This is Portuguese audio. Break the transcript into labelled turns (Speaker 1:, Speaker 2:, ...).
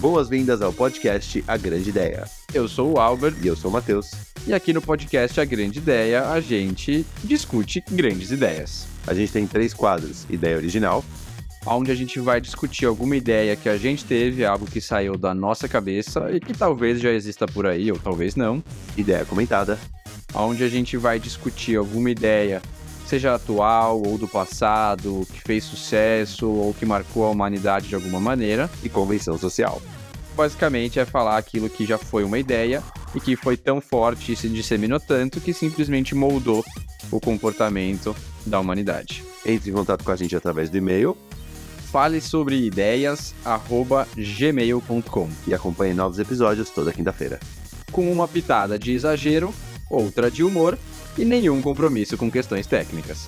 Speaker 1: boas-vindas ao podcast A Grande Ideia.
Speaker 2: Eu sou o Albert
Speaker 1: E eu sou o Matheus.
Speaker 2: e aqui no podcast A Grande Ideia a gente discute grandes ideias.
Speaker 1: A gente tem três quadros: Ideia Original,
Speaker 2: Onde a gente vai discutir alguma ideia que a gente teve, algo que saiu da nossa cabeça e que talvez já exista por aí, ou talvez não.
Speaker 1: Ideia Comentada,
Speaker 2: Onde a gente vai discutir alguma ideia, seja atual ou do passado, que fez sucesso ou que marcou a humanidade de alguma maneira.
Speaker 1: e Convenção Social.
Speaker 2: basicamente é falar aquilo que já foi uma ideia e que foi tão forte e se disseminou tanto que simplesmente moldou o comportamento da humanidade.
Speaker 1: Entre em contato com a gente através do e-mail
Speaker 2: Fale sobre ideias, arroba gmail.com.
Speaker 1: e acompanhe novos episódios toda quinta-feira.
Speaker 2: Com uma pitada de exagero, outra de humor e nenhum compromisso com questões técnicas.